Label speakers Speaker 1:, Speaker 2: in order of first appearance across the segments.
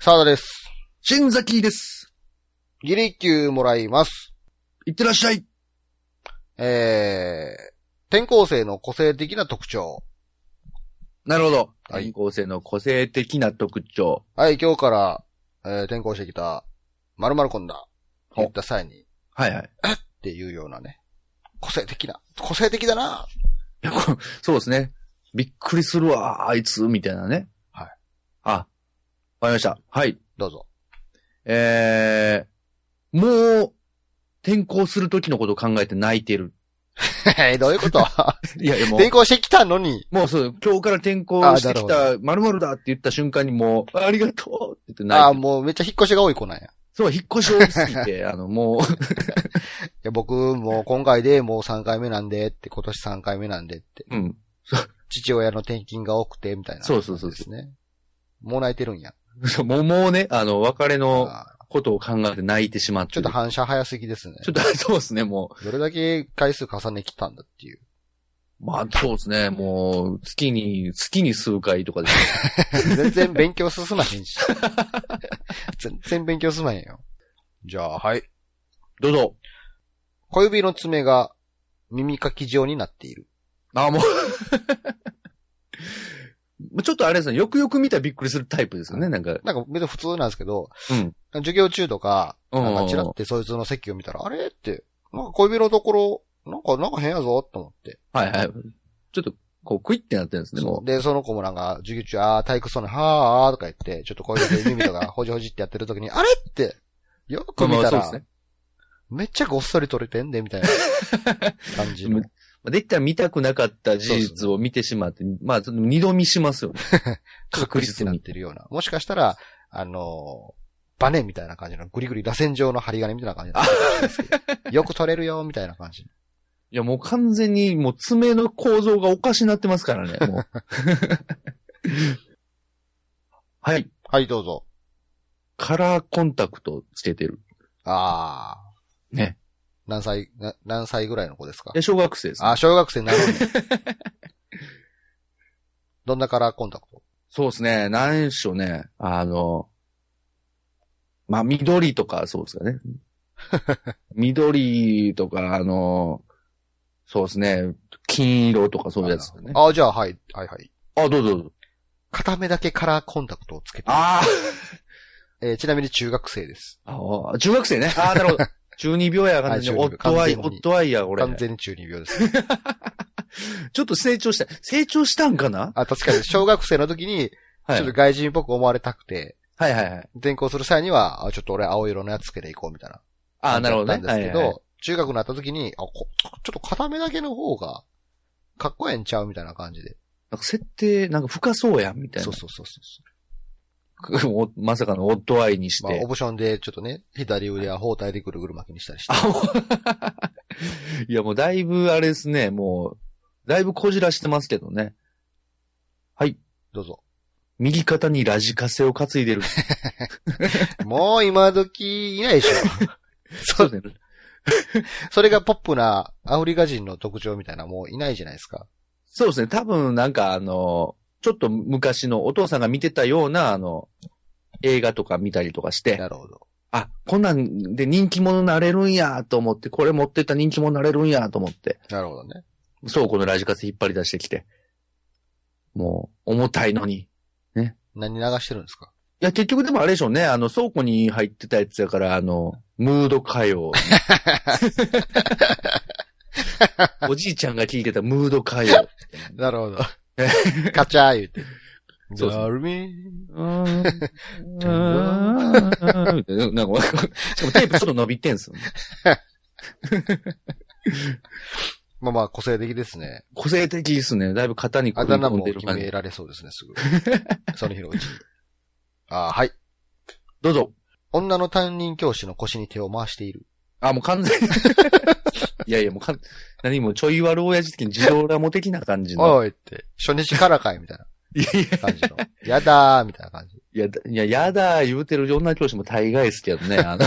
Speaker 1: サーダです。
Speaker 2: 新崎です。
Speaker 1: ギリ級もらいます。
Speaker 2: いってらっしゃい。
Speaker 1: えー、転校生の個性的な特徴。
Speaker 2: なるほど。
Speaker 1: はい
Speaker 2: 転校生の個性的な特徴。
Speaker 1: はい、今日から、えー転校してきた、〇〇コンだ。
Speaker 2: ほ
Speaker 1: 言った際に、っ
Speaker 2: はいはい。
Speaker 1: ていうようなね。個性的な。個性的だな。
Speaker 2: いやこそうですね。びっくりするわ、あいつ、みたいなね。
Speaker 1: はい。
Speaker 2: あ、わかりました。はい。
Speaker 1: どうぞ。
Speaker 2: えー、もう、転校する時のことを考えて泣いてる。
Speaker 1: えーどういうこと
Speaker 2: いやいやもう
Speaker 1: 転、校してきたのに、
Speaker 2: もうそう、今日から転校してき
Speaker 1: あな
Speaker 2: た、まるまるだって言った瞬間にも う、ありがとうって言って
Speaker 1: ああ、
Speaker 2: 泣いてる。
Speaker 1: もうめっちゃ引っ越しが多い子なんや。い
Speaker 2: そう、引っ越し多すぎて、あの、もう、
Speaker 1: や、僕、もう今回でもう3回目なんで、って、今年3回目なんでって。
Speaker 2: うん。
Speaker 1: 父親の転勤が多くて、みたいな。
Speaker 2: そうそうそう
Speaker 1: で
Speaker 2: そ
Speaker 1: すね。もう泣いてるんや。
Speaker 2: う。もう、もうね、あの、別れの
Speaker 1: あー
Speaker 2: ことを考えて泣いてしまって
Speaker 1: ちょっ
Speaker 2: る
Speaker 1: と反射早すぎですね。
Speaker 2: ちょっと、 そうですね、も
Speaker 1: どれだけ回数重ねきたんだっていう。
Speaker 2: う。まあ、そうですね、もう、月に、月に数回とかですね。
Speaker 1: 全然勉強進まへ んし。全然勉強進まへんよ。じゃあ、はい。
Speaker 2: どうぞ。
Speaker 1: 小指の爪が耳かき状になっている。
Speaker 2: あ、もう。 ちょっとあれですね、よくよく見たらびっくりするタイプですよね、なんか。
Speaker 1: なんか別に普通なんですけど、
Speaker 2: うん。
Speaker 1: 授業中とか、
Speaker 2: うん
Speaker 1: なんかチラってそいつの席を見たら、あれって、なんか小指のところ、なんか、なんか変やぞと思って。
Speaker 2: はいはい。ちょっと、こう、クイってなってるんですね、も
Speaker 1: で、その子もなんか、授業中、あー体育そうな、はーあーとか言って、ちょっと小指で耳とか、ほじほじってやってる時に、あれって、よ
Speaker 2: う。
Speaker 1: く見
Speaker 2: まあ
Speaker 1: た
Speaker 2: そう
Speaker 1: ら、
Speaker 2: ですね。
Speaker 1: めっちゃごっそり取れてんで、みたいな感 じの。
Speaker 2: まあできたら見たくなかった事実を見てしまって、まあ、ちょっと二度見しますよね。
Speaker 1: 確率になってるような。もしかしたら、あのーバネみたいな感じの、グリグリ螺旋状の針金みたいな 感じになってるかもしれないですけどよく取れるよ、みたいな感じ。
Speaker 2: いや、もう完全に、もう爪の構造がおかしになってますからね、もう。はい。
Speaker 1: はい、どうぞ。
Speaker 2: カラーコンタクトつけてる。
Speaker 1: あー。
Speaker 2: ね。
Speaker 1: 何歳、な何歳ぐらいの子ですか
Speaker 2: いや、小学生です、
Speaker 1: あー、小学生な のに。どんなカラーコンタクト
Speaker 2: そうですね。なんでしょうね。あの、まあ、緑とか、そうです かね。緑とか、あの、そうですね。金色とかそういうやつですね。
Speaker 1: あー、じゃあ、はい、はい、はい。
Speaker 2: あ、どうぞどうぞ。
Speaker 1: 片目だけカラーコンタクトをつけてる。
Speaker 2: あ
Speaker 1: えーちなみに中学生です。
Speaker 2: ーあ、中学生ね。ああ、なるほど。 中二病やが
Speaker 1: はい
Speaker 2: ね、
Speaker 1: 中二
Speaker 2: オ
Speaker 1: 病
Speaker 2: ットワイ、
Speaker 1: 完
Speaker 2: オ
Speaker 1: 全に
Speaker 2: ットワイや、俺。
Speaker 1: 完全に中二病です。
Speaker 2: ちょっと成長した。成長したんかな
Speaker 1: あ、確 かに、小学生の時に、
Speaker 2: は
Speaker 1: ち
Speaker 2: い
Speaker 1: ょっ。と外人っぽく思われたくて、
Speaker 2: はいはいはい。
Speaker 1: 転校する際には、あちょっと俺青色のやつつけていこうみたいな。
Speaker 2: ああ、なるほど
Speaker 1: だっ
Speaker 2: ね。
Speaker 1: たんですけど、
Speaker 2: はいはいはい
Speaker 1: 中学になった時に、あ、こちょっと固めだけの方が、かっこええんちゃうみたいな感じで。
Speaker 2: なんか設定、なんか深そうやん、みたいな。
Speaker 1: そうそうそうそ
Speaker 2: おまさかのオットアイにし
Speaker 1: う。まあ、
Speaker 2: て
Speaker 1: オ。プションでちょっとね、左腕は包帯でぐるぐる巻きにしたりして。
Speaker 2: あ、もう いや、もうだいぶあれですね、もう、だいぶこじらしてますけどね。はい。
Speaker 1: どうぞ。
Speaker 2: 右肩にラジカセを担いでる。
Speaker 1: もう今時いないでしょ。
Speaker 2: そうですね。
Speaker 1: それがポップなアフリカ人の特徴みたいな、もういないじゃないですか。
Speaker 2: そうですね。多分、なんかあの、ちょっと昔のお父さんが見てたような、あの、映画とか見たりとかして、
Speaker 1: なるほど。
Speaker 2: あ、こんなんで人気者になれるんやと思って、これ持ってったら人気者になれるんやと思って、
Speaker 1: なるほどね。
Speaker 2: そう、このラジカセ引っ張り出してきて。もう、重たいのに。い
Speaker 1: 何流してるんですか
Speaker 2: や、結局でもあれでしょうね、あの、倉庫に入ってたやつやから、あの、ムード 歌謡。おじいちゃんが聞いてたムード歌謡。
Speaker 1: なるほど。 カチャー言う て。
Speaker 2: そうそう
Speaker 1: ダルミン
Speaker 2: うーんうーんみた いななんか、しかもテープちょっと伸びてんすよね。
Speaker 1: まあまあ、個性的ですね。
Speaker 2: 個性的ですね。だいぶ型に
Speaker 1: あ
Speaker 2: 組み
Speaker 1: だ名
Speaker 2: 込ん
Speaker 1: も
Speaker 2: でる
Speaker 1: 決
Speaker 2: 感
Speaker 1: め
Speaker 2: じ。
Speaker 1: られそうですね、 すぐ。その日のうちに。あーはい。
Speaker 2: どうぞ。
Speaker 1: 女の担任教師の腰に手を回してい る。
Speaker 2: あ、もう 完全に。いやいや、もうかん、何もちょい悪親父的に自動ラモ的な感じの。
Speaker 1: おいって。初日からかいみたい
Speaker 2: いやい
Speaker 1: な感じ の。やだーみたいな感じ。
Speaker 2: や、いや、やだ、言うてる女教師も大概ですけどね。あの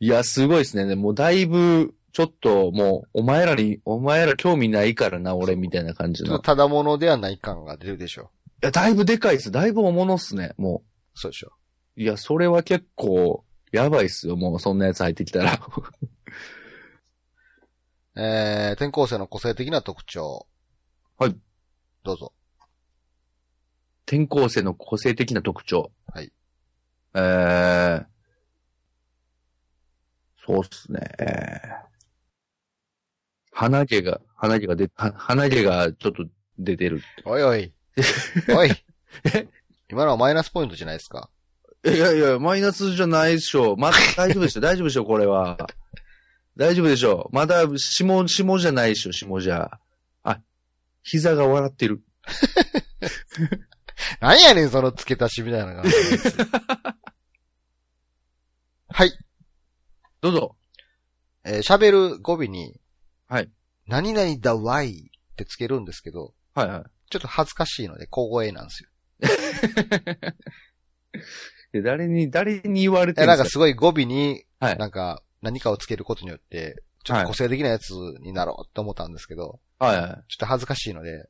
Speaker 2: いや、すごいですね。もうだいぶ、ちょっともう、お前らに、お前ら興味ないからな、俺みたいな感
Speaker 1: ち
Speaker 2: じ
Speaker 1: ょっと
Speaker 2: の。
Speaker 1: ただものではない感が出るでしょ
Speaker 2: や、だいぶでかいっす。だいぶ重のっすね、も
Speaker 1: そうでしょ。
Speaker 2: う。いや、それは結構、やばいっすよ、もう、そんなやつ入ってきたら。
Speaker 1: えー、転校生の個性的な特徴。
Speaker 2: はい。
Speaker 1: どうぞ。
Speaker 2: 転校生の個性的な特徴。
Speaker 1: はい。
Speaker 2: えー、そうっすね。えー鼻毛が、鼻毛がで、は鼻毛がちょっと出てる。
Speaker 1: おいお い。おい
Speaker 2: え。
Speaker 1: 今のはマイナスポイントじゃないですか。
Speaker 2: いやいや、マイナスじゃないでしょ。ま、大丈夫でしょ、大丈夫でしょ、これは。大丈夫でしょ。まだ、下、下じゃないでしょ、下じゃ。あ、膝が笑ってる。
Speaker 1: なんやねん、その付け足しみたいなのが。 はい。
Speaker 2: どうぞ。
Speaker 1: えー喋る語尾に、
Speaker 2: はい。
Speaker 1: 何々だわいってつけるんですけど、
Speaker 2: はいはい
Speaker 1: ちょっと恥ずかしいので、小声なんですよ。
Speaker 2: で。誰に、誰に言われて
Speaker 1: え、
Speaker 2: る
Speaker 1: なんん
Speaker 2: で
Speaker 1: か
Speaker 2: す
Speaker 1: すごい語尾に、
Speaker 2: はい
Speaker 1: なんか何かをつけることによって、ちょっと個性的なやつになろうと思ったんですけど、
Speaker 2: かはいは
Speaker 1: ち
Speaker 2: い。
Speaker 1: ょっと恥ずかしいので、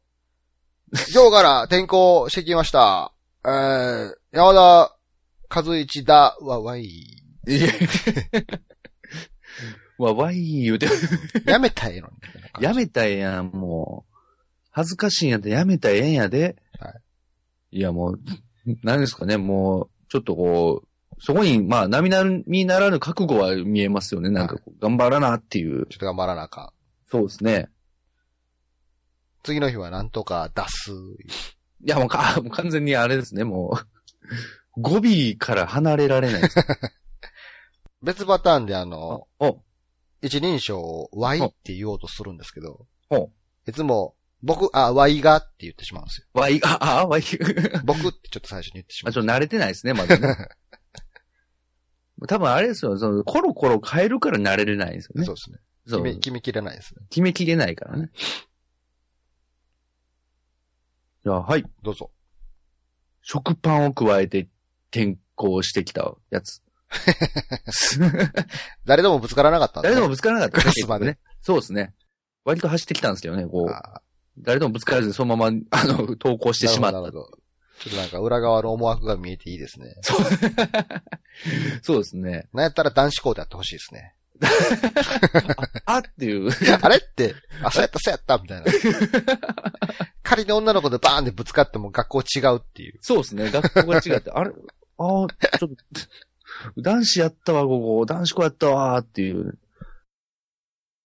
Speaker 1: 今日から転校してきました。えー、山田和一だわわい。
Speaker 2: いや。わ、ワイン言うて、
Speaker 1: やめたいのに。みたいな感じ
Speaker 2: やめたらええやん、もう。恥ずかしいんやったらやめたらええんやで。。
Speaker 1: はい
Speaker 2: いや、もう、何ですかね、もう、ちょっとこう、そこに、まあ、並々ならぬ覚悟は見えますよね。なんかこう、頑張らなっていう。
Speaker 1: ちょっと頑張らなあかん。
Speaker 2: そうですね。
Speaker 1: 次の日はなんとか出す。
Speaker 2: いや、もうか、 もう完全にあれですね、もう。 語尾から離れられないです。
Speaker 1: 別パターンであ の、
Speaker 2: お、
Speaker 1: 一人称を Y って言おうとするんですけど
Speaker 2: ほう、
Speaker 1: いつも、僕、あ、Y がって言ってしまうんです よ。
Speaker 2: ワイン、あ、あ、ワイン。
Speaker 1: 僕ってちょっと最初に言ってしま
Speaker 2: まあ、
Speaker 1: う。
Speaker 2: ちょっと慣れてないですね、ま だね。多分あれですよ、その、コロコロ変えるから慣れれないんですよね。
Speaker 1: そうですね。
Speaker 2: そ
Speaker 1: 決
Speaker 2: う。
Speaker 1: め、
Speaker 2: 決
Speaker 1: 決めきれないですね。
Speaker 2: めきれないからね。じゃあ、はい。
Speaker 1: どうぞ。
Speaker 2: 食パンを加えて転校してきた やつ。
Speaker 1: 誰でもぶつからなかったん
Speaker 2: 誰でも
Speaker 1: ぶ
Speaker 2: ぶつからなかった、
Speaker 1: ガスまで
Speaker 2: 結局ね。そうですね。割と走ってきたんですけどね、こ
Speaker 1: つ
Speaker 2: う。 誰でもぶつからずにそのまま、あの、投稿してしまった。
Speaker 1: ちょっとなんか裏側の思惑が見えていいですね。
Speaker 2: そうですね。
Speaker 1: なんやったら男子校でやってほしいですね。
Speaker 2: あっていう。
Speaker 1: あれって、あ、そうやった、そうやった、みたいな。 仮に女の子でバーンでぶつかっても学校違うっていう。
Speaker 2: そうですね。学校が 違って、あれ ああ、ちょっと、男子やったわ、ここ、男子校やったわ、っていう。